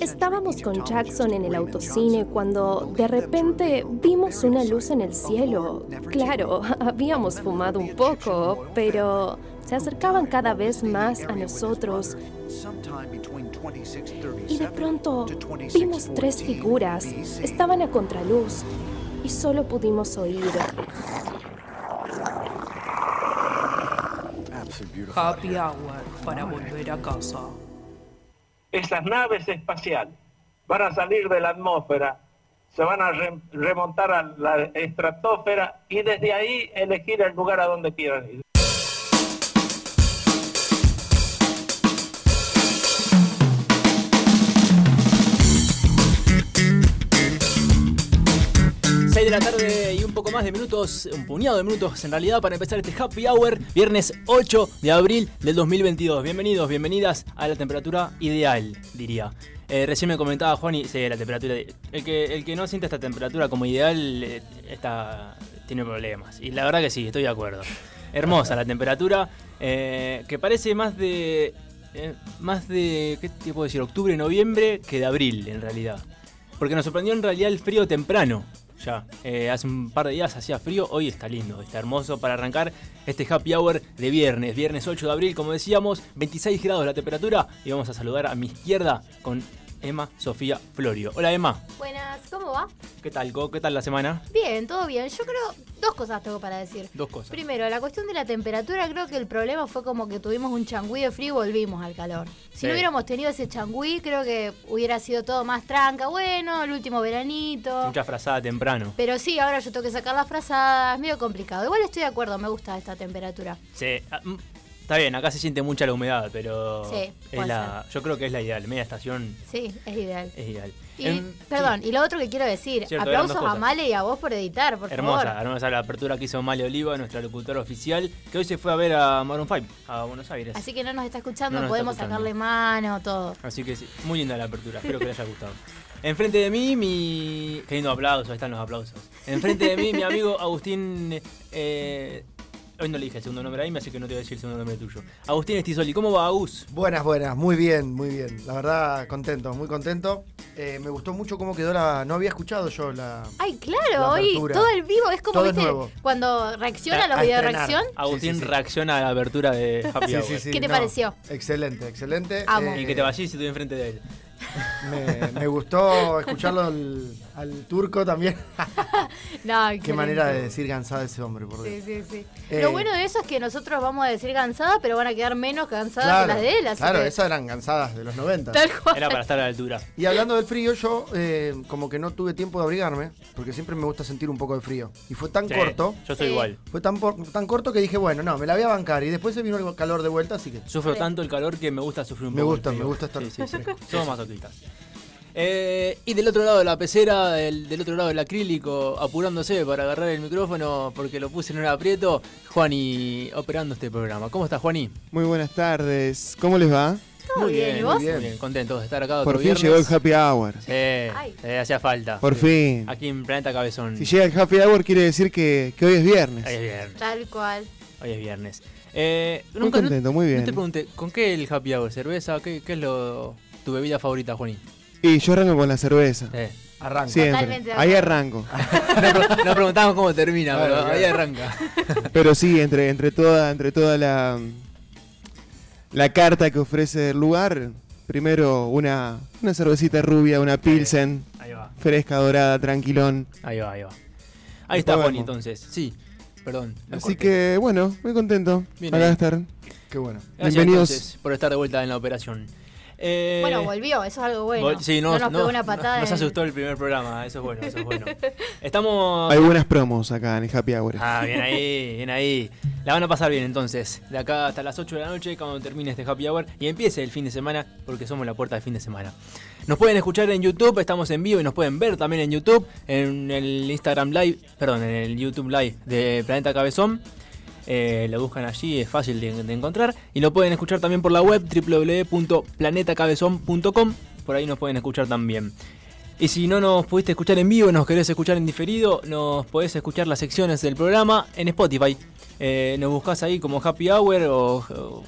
Estábamos con Jackson en el autocine cuando de repente vimos una luz en el cielo. Claro, habíamos fumado un poco, pero se acercaban cada vez más a nosotros. Y de pronto vimos tres figuras. Estaban a contraluz y solo pudimos oír. Happy hour para volver a casa. Esas naves espaciales van a salir de la atmósfera, se van a re- remontar a la estratosfera y desde ahí elegir el lugar a donde quieran ir. Seis de la tarde y un poco más de minutos, un puñado de minutos en realidad para empezar este happy hour, viernes 8 de abril del 2022. Bienvenidos, bienvenidas a la temperatura ideal, diría. Eh, recién me comentaba Juan y sí, la temperatura. El que, el que no sienta esta temperatura como ideal eh, está, tiene problemas. Y la verdad que sí, estoy de acuerdo. Hermosa la temperatura, eh, que parece más de. eh, más de. ¿Qué te puedo decir? Octubre, noviembre que de abril en realidad. Porque nos sorprendió en realidad el frío temprano. Ya, Eh, hace un par de días hacía frío, hoy está lindo, está hermoso para arrancar este happy hour de viernes, viernes 8 de abril, como decíamos, 26 grados la temperatura y vamos a saludar a mi izquierda con Emma Sofía Florio. Hola Emma, Buenas, ¿cómo va? ¿qué tal, Co? ¿Qué tal la semana? Bien, todo bien. Yo creo dos cosas tengo para decir. Dos cosas. Primero, la cuestión de la temperatura, creo que el problema fue como que tuvimos un changüí de frío y volvimos al calor. Si Sí. no hubiéramos tenido ese changüí, creo que hubiera sido todo más tranca. Bueno, el último veranito. Mucha frazada temprano. Pero sí, ahora yo tengo que sacar las frazadas, medio complicado. Igual estoy de acuerdo, me gusta esta temperatura. Se- ah, mm, está bien, acá se siente mucha la humedad, pero Sí, es puede la, yo creo que es la ideal, media estación Sí, es ideal. es ideal. Y, Em, perdón, sí, y lo otro que quiero decir, Cierto, eran dos aplausos a cosas. Male y a vos por editar, por Hermosa, favor. hermosa la apertura que hizo Male Oliva, nuestra locutora oficial, que hoy se fue a ver a Maroon 5, a Buenos Aires. Así que no nos está escuchando, No nos está podemos escuchando. sacarle mano, todo. Así que sí, muy linda la apertura, espero que les haya gustado. Enfrente de mí, mi. Qué lindo aplauso, ahí están los aplausos. Enfrente de mí, mi amigo Agustín. eh, Hoy no le dije el segundo nombre a mí, así que no te voy a decir el segundo nombre tuyo. Agustín Estisoli, ¿cómo va Agus? Buenas, buenas, muy bien, muy bien. La verdad, contento, muy contento. Eh, me gustó mucho cómo quedó la. No había escuchado yo la. Ay, La claro, hoy apertura. todo el vivo es como, Todo es viste, nuevo. cuando reacciona A- a los a videos de estrenar. reacción. Agustín Sí, sí, sí. reacciona a la apertura de Happy Hour. ¿Qué te pareció? Excelente, excelente. Eh, Amo. Y que te vayas y estoy enfrente de él. Me, me gustó escucharlo al, al turco también. No, Qué excelente. manera de decir cansado ese hombre, por Sí, Dios. sí, sí. Eh, Lo bueno de eso es que nosotros vamos a decir cansada, pero van a quedar menos cansadas que las de él. Así claro, que- esas eran cansadas de los 90. Tal cual. Era para estar a la altura. Y hablando del frío, yo eh, como que no tuve tiempo de abrigarme, porque siempre me gusta sentir un poco de frío. Y fue tan Sí, corto, Yo soy Sí. igual. fue tan, por- tan corto que dije, bueno, no, me la voy a bancar. Y después se vino el calor de vuelta, así que Sufro Sí. tanto el calor que me gusta sufrir un Me poco. gusta, el frío. me gusta estar- Sí, sí, sí. Somos masoquistas. Eh, y del otro lado de la pecera, del, del otro lado del acrílico, apurándose para agarrar el micrófono porque lo puse en un aprieto, Juani operando este programa. ¿Cómo estás, Juani? Muy buenas tardes, ¿cómo les va? Todo bien, ¿y vos? muy bien, contentos de estar acá otro Por fin viernes. llegó el happy hour. Sí, Ay. sí, hacía falta. Por fin. Aquí en Planeta Cabezón. Si llega el happy hour quiere decir que, que hoy es Hoy es viernes. viernes. Tal cual. Hoy es viernes. Eh, Muy contento, muy no- bien. No te pregunté, ¿con qué el happy hour? ¿Cerveza? ¿Qué, qué es lo, tu bebida favorita, Juani? Y yo arranco con la cerveza. Eh. arranca. Totalmente de Siempre. Ahí arranco. Nos preguntamos cómo termina, Claro, pero claro. ahí arranca. Pero sí, entre, entre toda, entre toda la, la carta que ofrece el lugar, primero una, una cervecita rubia, una pilsen, Ahí va, fresca, dorada, tranquilón. ahí va, ahí va. Ahí está Podemos. Juan entonces. Sí, perdón. lo Así corté. que bueno, muy contento. Bien Acá ahí. estar. Qué bueno. Gracias, bienvenidos. entonces, por estar de vuelta en la operación. Eh, Bueno, volvió, eso es algo bueno. vol- sí, no, nos no, pegó una patada. no- nos en- asustó el primer programa, eso es bueno, eso es bueno. Estamos... Hay buenas promos acá en el happy hour. Ah, bien ahí, bien ahí. La van a pasar bien entonces. De acá hasta las 8 de la noche, cuando termine este happy hour y empiece el fin de semana, porque somos la puerta del fin de semana. Nos pueden escuchar en YouTube, estamos en vivo y nos pueden ver también en YouTube, en el Instagram Live, perdón, en el YouTube Live de Planeta Cabezón. Eh, lo buscan allí, es fácil de, de encontrar. Y lo pueden escuchar también por la web www.planetacabezón.com. Por ahí nos pueden escuchar también. Y si no nos pudiste escuchar en vivo, nos querés escuchar en diferido, nos podés escuchar las secciones del programa en Spotify. Eh, nos buscás ahí como Happy Hour o, o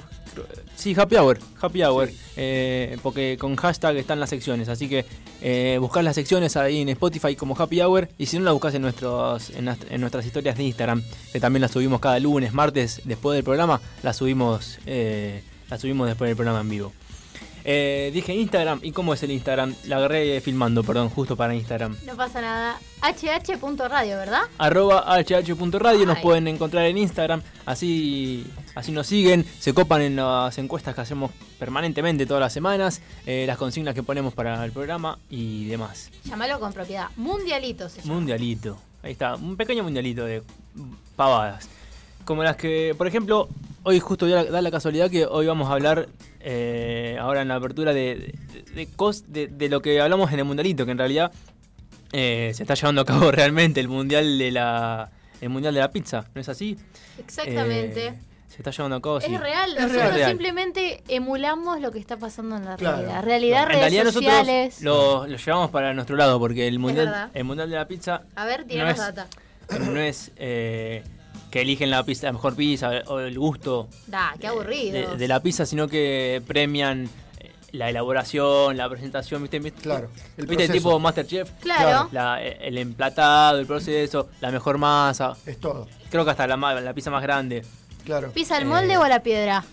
Sí, happy hour, happy hour. Eh, porque con hashtag están las secciones, así que eh, buscás las secciones ahí en Spotify como happy hour y si no las buscas en, nuestros, en, nas- en nuestras historias de Instagram, que también las subimos cada lunes, martes, después del programa, las subimos, eh, las subimos después del programa en vivo. Eh, dije Instagram, ¿y cómo es el Instagram? La agarré eh, filmando, perdón, justo para Instagram. No pasa nada. hh.radio, ¿verdad? arroba hh.radio, nos Ay. pueden encontrar en Instagram, así, así nos siguen, se copan en las encuestas que hacemos permanentemente todas las semanas, eh, las consignas que ponemos para el programa y demás. Llámalo con propiedad. Mundialito se llama. Mundialito, ahí está, un pequeño mundialito de pavadas. Como las que, por ejemplo, hoy justo da la, da la casualidad que hoy vamos a hablar, eh, ahora en la apertura, de, de, de cos- de- de lo que hablamos en el mundialito, que en realidad eh, se está llevando a cabo realmente el mundial de la el mundial de la pizza, ¿no es así? Exactamente. Eh, se está llevando a cabo. sí. Es real, Es nosotros real. simplemente emulamos lo que está pasando en la Claro. realidad. Realidad, en redes realidad sociales. nosotros lo, lo llevamos para nuestro lado porque el mundial verdad. el mundial de la pizza A ver, no tiranos es- data. no es eh, que eligen la pizza, la mejor pizza o el gusto Da, qué aburrido. de, de la pizza, sino que premian eh, la elaboración, la presentación, ¿viste? ¿Viste? Claro, el ¿Viste? proceso. Tipo Masterchef. Claro. La- eh, el emplatado, el proceso, la mejor masa. Es todo, Creo que hasta la, ma- la pizza más grande. claro. ¿Pisa al eh. molde o a la piedra?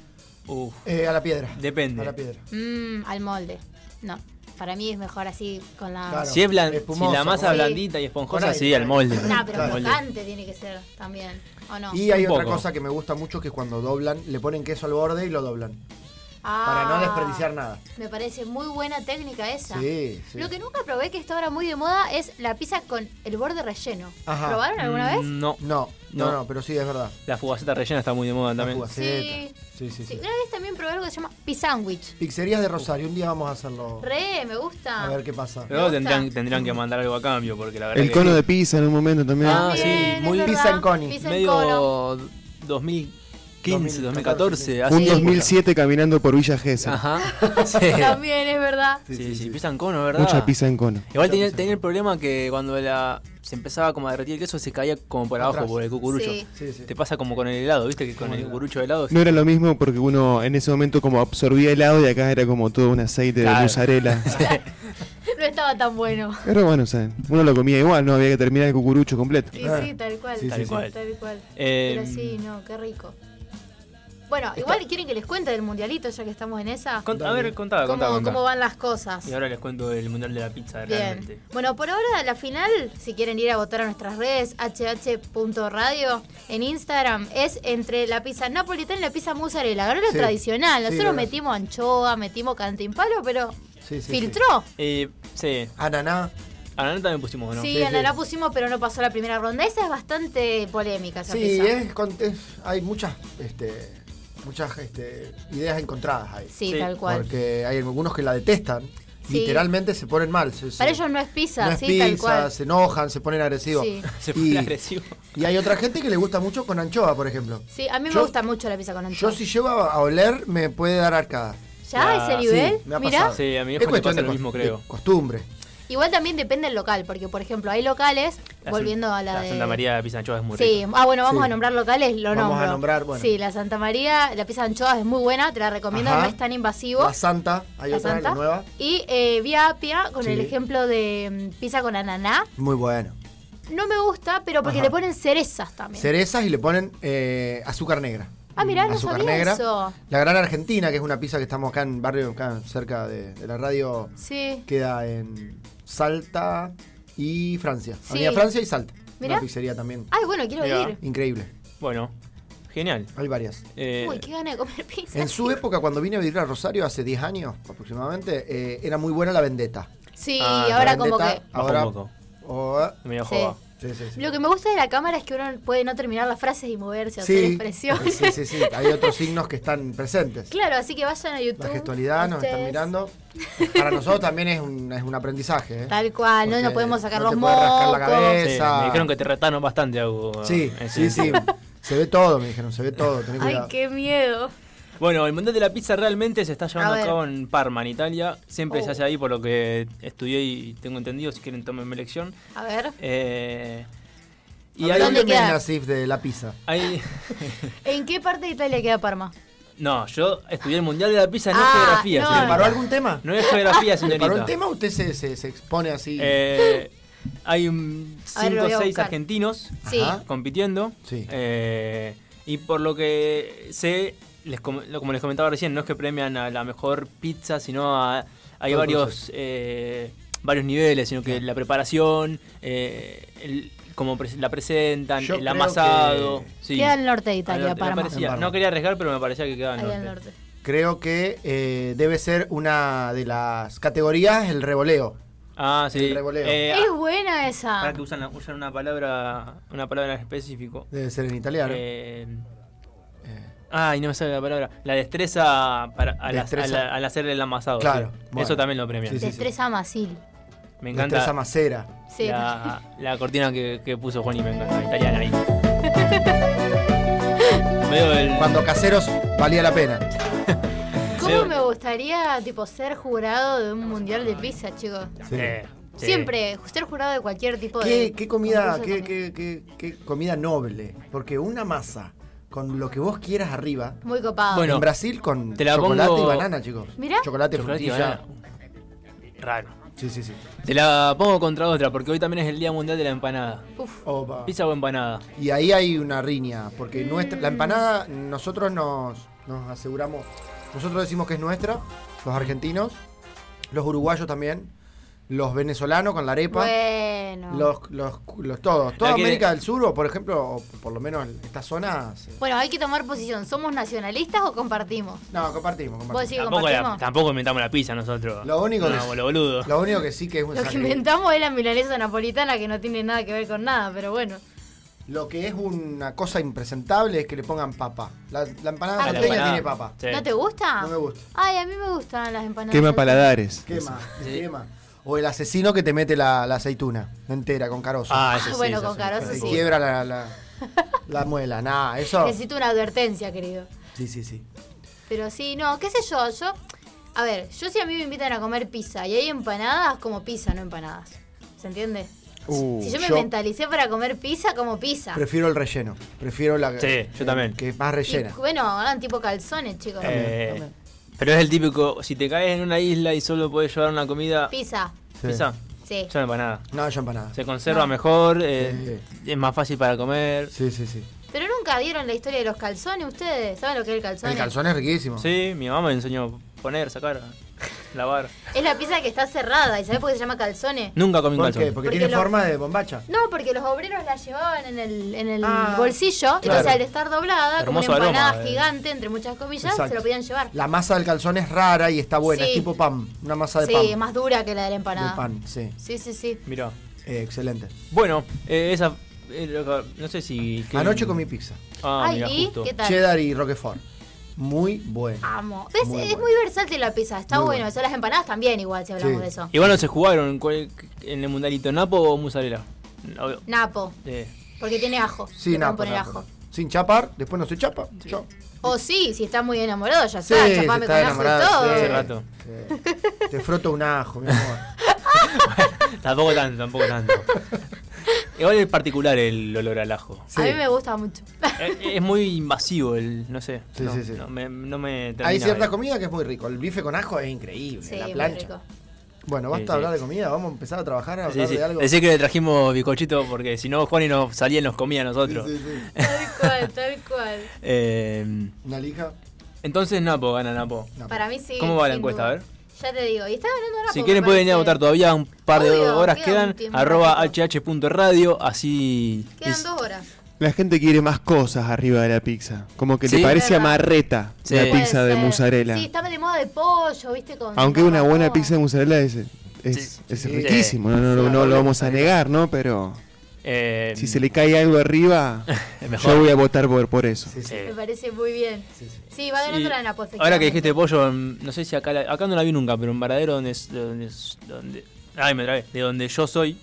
Uf, Eh, a la piedra. Depende. A la piedra. Mmm, al molde. No, para mí es mejor así con la... Claro. si, es blan- espumoso, si la masa ¿no? blandita y esponjosa, Con aire, sí, al con molde. No, pero Al molde. crocante tiene que ser también, ¿o no? Y hay Un otra poco. cosa que me gusta mucho que es cuando doblan, le ponen queso al borde y lo doblan. Para Ah, no desperdiciar nada. Me parece muy buena técnica esa. Sí, sí. Lo que nunca probé, que está ahora muy de moda, es la pizza con el borde relleno. Ajá. ¿Probaron alguna vez? Mm, No, No, no, No. no, pero sí, es verdad. la fugaceta rellena está muy de moda La también. fugaceta. Sí, Sí, sí, sí. una vez también probé algo que se llama pisándwich. Pizzerías de Rosario, un día vamos a hacerlo. Re, me gusta. A ver qué pasa. Pero gusta. tendrían, tendrían que mandar algo a cambio, porque la verdad El que- cono de pizza en un momento también. Ah, sí, Bien, es muy- verdad, Pizza en Connie. pizza en cono. medio 2015, 2014, 2014, un así. Sí. 2007 caminando por Villa Gesell. Ajá. Sí. También es verdad. Sí, sí, pizza en cono, ¿verdad? Mucha pizza en cono. Igual tenía, tenía el problema que cuando la, se empezaba como a derretir el queso se caía como por abajo Atrás. por el cucurucho. Sí. Sí, sí. Te pasa como con el helado, ¿viste? Que con el cucurucho de helado. No era lo mismo porque uno en ese momento como absorbía helado y acá era como todo un aceite Claro. de mozzarella. No estaba tan bueno. Pero bueno, o sea, uno lo comía igual, no había que terminar el cucurucho completo. Sí, sí, tal cual. Ah, Sí, Tal sí, sí. cual. Tal cual. Eh, Pero sí, no, qué rico. Bueno, igual quieren que les cuente del mundialito ya que estamos en esa. Cont- a ver, contá, ¿Cómo, contá, contá. cómo van las cosas? Y ahora les cuento el mundial de la pizza realmente. Bien. Bueno, por ahora la final, si quieren ir a votar a nuestras redes, hh.radio, en Instagram, es entre la pizza napolitana y la pizza mozzarella. Ganó la Sí. tradicional. Sí, Nosotros la verdad. metimos anchoa, metimos cantimpalo, pero Sí, sí, sí. filtró. Eh, sí, Ananá. a la neta me pusimos, ¿no? Sí, Sí, a la, sí. la pusimos, pero no pasó la primera ronda. Esa es bastante polémica, esa Sí, pizza. es, con- es- hay muchas, este, muchas este, ideas encontradas ahí. Sí, Sí, tal cual. Porque hay algunos que la detestan. Sí. Literalmente se ponen mal. se- se- Para ellos no es pizza, no es sí, tal pizza, cual. se enojan, se ponen agresivos. Sí. Se Y- fue agresivo. Y hay otra gente que le gusta mucho con anchoa, por ejemplo. Sí, a mí me Yo- gusta mucho la pizza con Yo anchoa. si llego a a oler me puede dar arcada. ¿Ya a ese Ah, sí, nivel? me ha Mirá. pasado. Sí, a mi Es hijo le cuestión pasa de lo cos- mismo, de creo. Costumbre. Igual también depende del local, porque por ejemplo, hay locales, La volviendo San- a la, de. Santa María de Pizanchoa es muy Sí, rica. ah, bueno, vamos Sí. a nombrar locales, lo Vamos a nombro. nombrar, bueno. Sí, la Santa María, la pizza de anchoas es muy buena, te la recomiendo, Ajá. no es tan invasivo. La Santa, hay La otra, Santa. la nueva. Y eh, Vía Apia, con Sí. el ejemplo de mm, pizza con ananá, Muy bueno. no me gusta, pero porque Ajá. le ponen cerezas también. Cerezas y le ponen eh, azúcar negra. Ah, mirá, no azúcar sabía negra. eso. La Gran Argentina, que es una pizza que estamos acá en barrio, acá cerca de, de la radio, sí. queda en Salta y Francia. Sí. Avenida Francia y Salta. Mirá. Ah. Una pizzería también. Ay, bueno, quiero Mirá. ir. Increíble. Bueno, genial. Hay varias. Eh, Uy, qué gana de comer pizza. En su época, cuando vine a vivir a Rosario hace 10 años aproximadamente, eh, era muy buena la vendetta. Sí, Ah, y ahora la como que. vendetta, Baja ahora- un poco. Oh, eh. medio Sí. joda. Sí, sí, sí. Lo que me gusta de la cámara es que uno puede no terminar las frases y moverse, o hacer expresiones. Sí, sí, sí. Hay otros signos que están presentes. Claro, así que vayan a YouTube. La gestualidad nos están ustedes. mirando. Para nosotros también es un, es un aprendizaje. ¿eh? Tal cual, no Porque nos podemos sacar no los te puedes rascar la mocos. cabeza. Sí, Esa- me dijeron que te retaron bastante, algo. Sí, sí, sí. Se ve todo, me dijeron. Se ve todo. Tenés Ay, cuidado. qué miedo. Bueno, el Mundial de la Pizza realmente se está llevando A a, ver. cabo en Parma, en Italia. Siempre se Oh. hace ahí, por lo que estudié y tengo entendido. Si quieren, tomenme lección. A ver, Eh, ¿Y y ver, hay, ¿dónde dónde viene queda? la CIF de la pizza? hay- ¿en qué parte de Italia queda Parma? No, yo estudié el Mundial de la Pizza, no Ah, geografía. no. señorita. ¿Preparó algún tema? No es geografía, ¿Preparó señorita. un tema o usted se, se- se expone así? Eh, hay un A ver, lo 5 voy o a 6 buscar. argentinos Sí. Ajá. compitiendo. Ah. Sí. Eh, y por lo que sé, les com- lo- como les comentaba recién, no es que premian a la mejor pizza, sino a. Hay Todo varios, eh, varios niveles, sino que la preparación, eh, el- cómo pre- la presentan, Yo el creo amasado. que- sí. Queda al norte de Italia, Al norte, me Parma. parecía. Parma. No quería arriesgar, pero me parecía que quedaba al Ahí al norte. norte. Creo que eh, debe ser una de las categorías el revoleo. Ah, sí. El revoleo. Eh, Es buena para esa. que usan, usan una palabra una palabra en específico. Debe ser en italiano. Eh, Ay, no me sale la palabra. La destreza, para, al, Destreza. al- al hacer el amasado. Claro, sí. bueno. Eso también lo premia. Sí, sí, sí. Destreza Masil. Me Destreza encanta macera. Sí. la, la cortina que, que puso Juan y me encanta. Italiana ahí. Veo el. Cuando caseros valía la pena. ¿Cómo Leo- me gustaría tipo ser jurado de un mundial de pizza, chicos? Sí. Eh, sí. Siempre, ser jurado de cualquier tipo de. ¿Qué, qué comida, concurso de qué, qué- qué- qué comida noble? Porque una masa con lo que vos quieras arriba. Muy copado. Bueno. en Brasil con te la chocolate pongo- y banana, chicos. Mirá. Chocolate, Chocolate y frutilla. banana. Raro. Sí, sí, sí. Te la pongo contra otra, porque hoy también es el Día Mundial de la Empanada. Uf, Opa. Pizza o empanada. Y ahí hay una riña, porque nuestra, la empanada nosotros nos, nos aseguramos, nosotros decimos que es nuestra, los argentinos, los uruguayos también, los venezolanos con la arepa, bueno. los, los, los todos, toda La que- América del Sur, o por ejemplo, o por lo menos estas zonas... eh, Bueno, hay que tomar posición. ¿Somos nacionalistas o compartimos? No, compartimos, Vos compartimos. decís que Tampoco, la- compartimos. tampoco inventamos la pizza nosotros. Lo único que- No, lo boludo. Lo único que sí que es un Lo que sacri- inventamos es la milanesa napolitana que no tiene nada que ver con nada, pero bueno. Lo que es una cosa impresentable es que le pongan papa. La, la empanada Ah, A la salteña empanada. tiene papa. Sí. ¿No te gusta? No me gusta. Ay, a mí me gustan las empanadas. Quema paladares. Quema, quema. O el asesino que te mete la, la aceituna entera con carozo. Ah, ese sí, Bueno, ese con sí. carozo Se sí. quiebra la, la, la muela. Nada, eso. Necesito una advertencia, querido. Sí, sí, sí. Pero sí, no, qué sé yo, yo... A ver, yo si a mí me invitan a comer pizza y hay empanadas, como pizza, no empanadas. ¿Se entiende? Uh, si yo me yo- mentalicé para comer pizza, como pizza. Prefiero el relleno. Prefiero la Sí, yo también. que es más Y, rellena. bueno, hagan tipo calzones, chicos. Eh, pero es el típico, si te caes en una isla y solo puedes llevar una comida, Pizza, Sí. pizza, sí. ya no para nada. No, yo empanada. Se conserva mejor, eh, es más fácil para comer. Sí, sí, sí. Pero nunca vieron la historia de los calzones ustedes. ¿Saben lo que es el calzón? El calzón es riquísimo. Sí, mi mamá me enseñó a poner, sacar, lavar. Es la pizza que está cerrada. ¿Y sabés por qué se llama calzone? Nunca comí un ¿Por qué? Porque, calzón. tiene lo- forma de bombacha. No, porque los obreros la llevaban en el, en el Mm. Ah, bolsillo. Entonces, claro. al estar doblada, como una Hermoso empanada aroma, eh. gigante, entre muchas comillas, Exacto. se lo podían llevar. La masa del calzón es rara y está buena. Sí. Es tipo pan. Una masa de sí, pan. es más dura que la de la empanada. De pan, sí. Sí, sí, sí. Mirá. Eh, excelente. Bueno, eh, esa, eh, loca, no sé si... que- Anoche comí pizza. Ah, Ay, mirá, ¿y justo. qué tal? Ah, Cheddar y Roquefort. Muy bueno. Amo. ¿Ves? Muy es bueno. muy versátil la pizza. Está Muy bueno. bueno. Eso, las empanadas también igual, si hablamos Sí. de eso. Igual no se jugaron ¿cuál- en el mundialito, ¿napo o mozzarella? No, Napo, eh, porque tiene ajo. Sí, le pueden napa, poner napa. ajo. Sin chapar, después no se chapa. Chao. O sí, si está muy enamorado, ya Sí, sabes, se Ah, chapame con está ajo y enamorado, todo. hace sí. rato. Sí. Te froto un ajo, mi amor. Tampoco tanto, tampoco tanto. Igual es particular el olor al ajo. Sí. A mí me gusta mucho. Es, Eh, es muy invasivo el, no sé. Sí, no, sí, sí. No me, no me termina Hay cierta de- comida que es muy rico. El bife con ajo es increíble. Sí, la muy plancha. rico. Bueno, basta Sí, sí. de hablar de comida. Vamos a empezar a trabajar, a Sí, hablar sí. de algo. Decí que le trajimos bizcochito porque si no Juan y nos salía y nos comía a nosotros. Sí, sí, sí. Tal cual, tal cual. Eh, Una lija. entonces Napo gana Napo. No, Para mí sí. ¿Cómo va la sin encuesta? duda. A ver. Ya te digo. Y está ganando ahora Si porque quieren me pueden ir a parece- votar todavía un par de Obvio, horas queda quedan. un tiempo, arroba ratito. hh.radio así. Quedan es- dos horas. La gente quiere más cosas arriba de la pizza. Como que Sí. le parece Verdad. amarreta Sí. la Puede pizza de ser. mozzarella. Sí, está de moda de pollo, ¿viste? Con Aunque una buena barbacoa. pizza de mozzarella es, es, Sí. es Sí. riquísimo. No, no, no- no lo vamos a negar, ¿no? Pero eh, si se le cae algo arriba, Es mejor. yo voy a votar por, por eso. Sí, Eh. sí. Me parece muy bien. sí, sí. Sí, va ganando Y la Napo. Ahora que efectivamente. dijiste pollo, mm, no sé si acá, la- acá no la vi nunca, pero en Varadero, donde, es- donde, es- donde- ay, me trabé, de donde yo soy,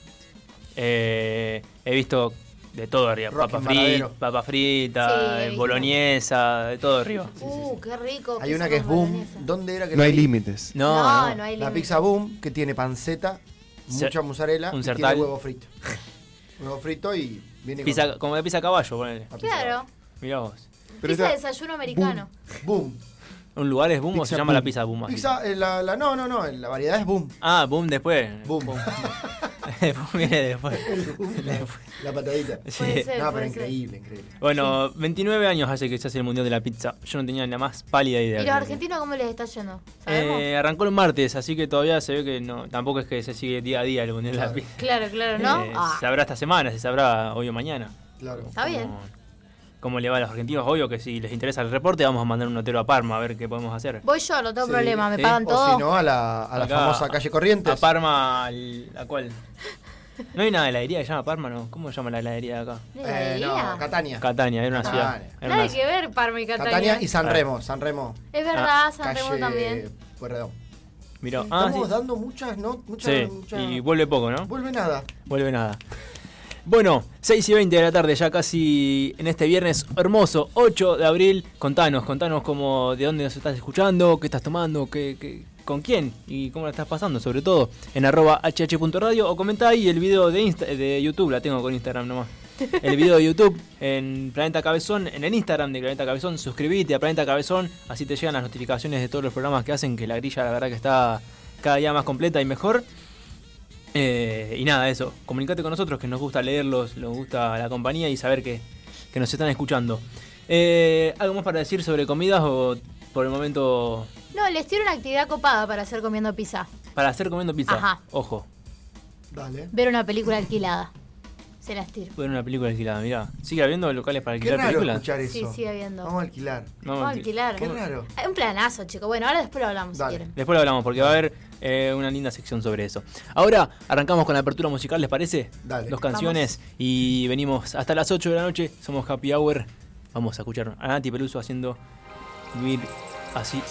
eh, he visto de todo arriba, Rock papa, en fri- Varadero. papa Sí, frita, he eh, visto. boloñesa, de todo arriba. Uh, qué rico. Hay pizza una que con es boom. mayonesa. Ah, ¿Dónde era que No la hay vi? límites. No, No, no hay La límite. pizza boom que tiene panceta, Ce- mucha mozzarella un y tiene sertal. huevo frito. Huevo frito y viene con- pizza, como de pizza a caballo, ponele. la pizza. Claro. Mirá vos. Pero Pizza de está- desayuno americano. Boom. ¿Un lugar es boom o Pizza se llama Boom. la pizza boom? así? Pizza, eh, la, la- no, no, no, la variedad es boom. Ah, boom después. Boom. boom viene después. la, la patadita. Puede ser, No, pero puede ser. increíble, increíble. Bueno, 29 años hace que se hace el Mundial de la Pizza. Yo no tenía la más pálida idea. ¿Y los creo que- argentinos cómo les está yendo? ¿Sabemos? Eh, arrancó el martes, así que todavía se ve que no. Tampoco es que se sigue día a día el Mundial Claro. de la Pizza. claro, claro, ¿no? Eh, Ah, Se sabrá esta semana, se sabrá hoy o mañana. Claro. está bien. Cómo- Cómo le va a los argentinos, obvio que si les interesa el reporte vamos a mandar un notero a Parma a ver qué podemos hacer. Voy yo, no tengo Sí, problema, me sí. pagan O todo. si no, a la, a la Acá, famosa calle Corrientes. A Parma, al- ¿a cuál? No hay una heladería que se llama Parma, ¿no? ¿Cómo se llama la heladería de acá? ¿De la Eh, no, heladería? Catania. Catania, era una Ah, ciudad. Catania. Era una- Nada que ver, Parma y Catania. Catania y San Ah. Remo. San Remo. Es verdad, San Remo Calle también. Pueyrredón. Miró. Ah, Estamos sí. dando muchas, ¿no? Muchas, Sí, muchas- y vuelve poco, ¿no? Vuelve nada. Vuelve nada. Bueno, 6 y 20 de la tarde, ya casi en este viernes hermoso, 8 de abril. Contanos, contanos cómo, de dónde nos estás escuchando, qué estás tomando, qué, qué- con quién y cómo la estás pasando, sobre todo en arroba hh.radio o comenta ahí el video de, Insta- de YouTube, la tengo con Instagram nomás. El video de YouTube en Planeta Cabezón, en el Instagram de Planeta Cabezón, suscríbete a Planeta Cabezón, así te llegan las notificaciones de todos los programas que hacen, que la grilla la verdad que está cada día más completa y mejor. Eh, y nada, eso. Comunicate con nosotros, que nos gusta leerlos, nos gusta la compañía y saber que, que nos están escuchando. Eh, ¿Algo más para decir sobre comidas o por el momento No, les tiro una actividad copada para hacer comiendo pizza. para hacer comiendo pizza? Ajá. Ojo, Dale. Ver una película alquilada. Se las tiro. ver una película alquilada, mirá. ¿Sigue habiendo locales para Qué alquilar raro películas? escuchar eso. Sí, sigue habiendo. Vamos a alquilar. Vamos a alquilar. Qué raro. Hay un planazo, chico. Bueno, ahora después lo hablamos Dale. si quieren. Después lo hablamos porque va a haber eh, una linda sección sobre eso. Ahora arrancamos con la apertura musical, ¿les parece? Dale. Dos canciones y venimos hasta las 8 de la noche. Somos Happy Hour. Vamos a escuchar a Nati Peluso haciendo vivir así.